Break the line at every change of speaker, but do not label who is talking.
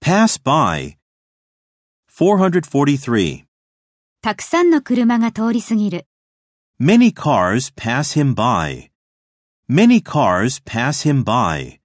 Pass by. 443.
たくさんの車が通り過ぎる。
Many cars pass him by. Many cars pass him by.